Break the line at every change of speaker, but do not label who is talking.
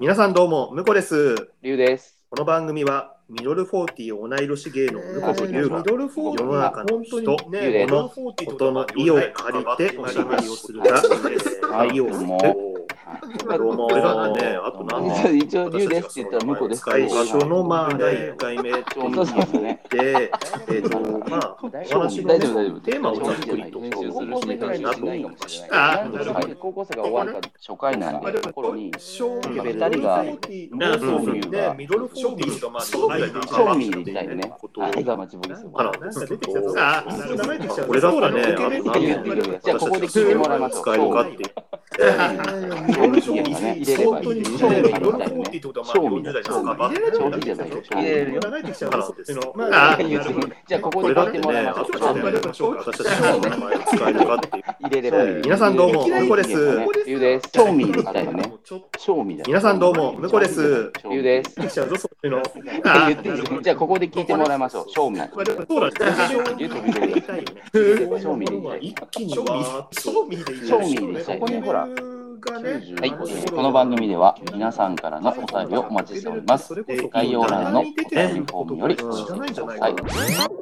皆さんどうも、ムコです。
龍です。
この番組は、ミドルフォーティー同い年芸能、ムコとリュウが
ミ、ドルフォーティーが本当に
世の中の人
ね、ミドルフォーティー
音の意を借りておしゃべりをするが、愛をする。どうも、俺らね、あと何年
一応龍ですって言ったら向こうです
最初の、まあ、第1回目っていうのにで、えっと、まあ、
大
お
丈夫
話の
大丈夫大丈夫
テーマをざっくりと、あ
なるほど
高校生が終わった初回なんで、頃に
正
うん
味
ベタリが
ねそうそう
ね
ミドルフォーティーが、まあ、
そうだよね
勝負
勝負に出たいよね
ことを
愛が待ちぼうですよ。
あら、
なんか出てきたぞ
あ
なんか流れてきたぞ
俺だったらね、
そうだね
あの何年
じゃあここで聞いてもらいましょう
使えるかっていう。
ミドルフォーティー
入れればいい
本当にね
入れればいい
ミドルフォーティーってことはまあ
賞味
40代
賞味
半ば
賞味じゃないよ
入れるよ流れてきちゃうぞ
そうですね
ま
あ
あ
ー
なるほど
じゃあここ
こ
で
れだ
買
っ
ってて
ね、
もらいましょ
私たち
う。
の名前を使えるかっていう。
入れればいい。
皆さんどうも向こうです
龍です。賞味でいきたいよね。
ちょっと
賞味だ。
皆さんどうも向こうです
龍です。
出てきちゃうぞそっちの
あー
じゃあここで聞いてもらいましょう。賞味。
まあでもそうだね
龍飛び出る。賞味でいきたい。
一気に
賞味
わーっと
賞味でいい
賞味でそこにほらは、
はい
えーこの番組では皆さんからのお便りをお待ちしております。概要欄のお便りフォームよりお寄せください。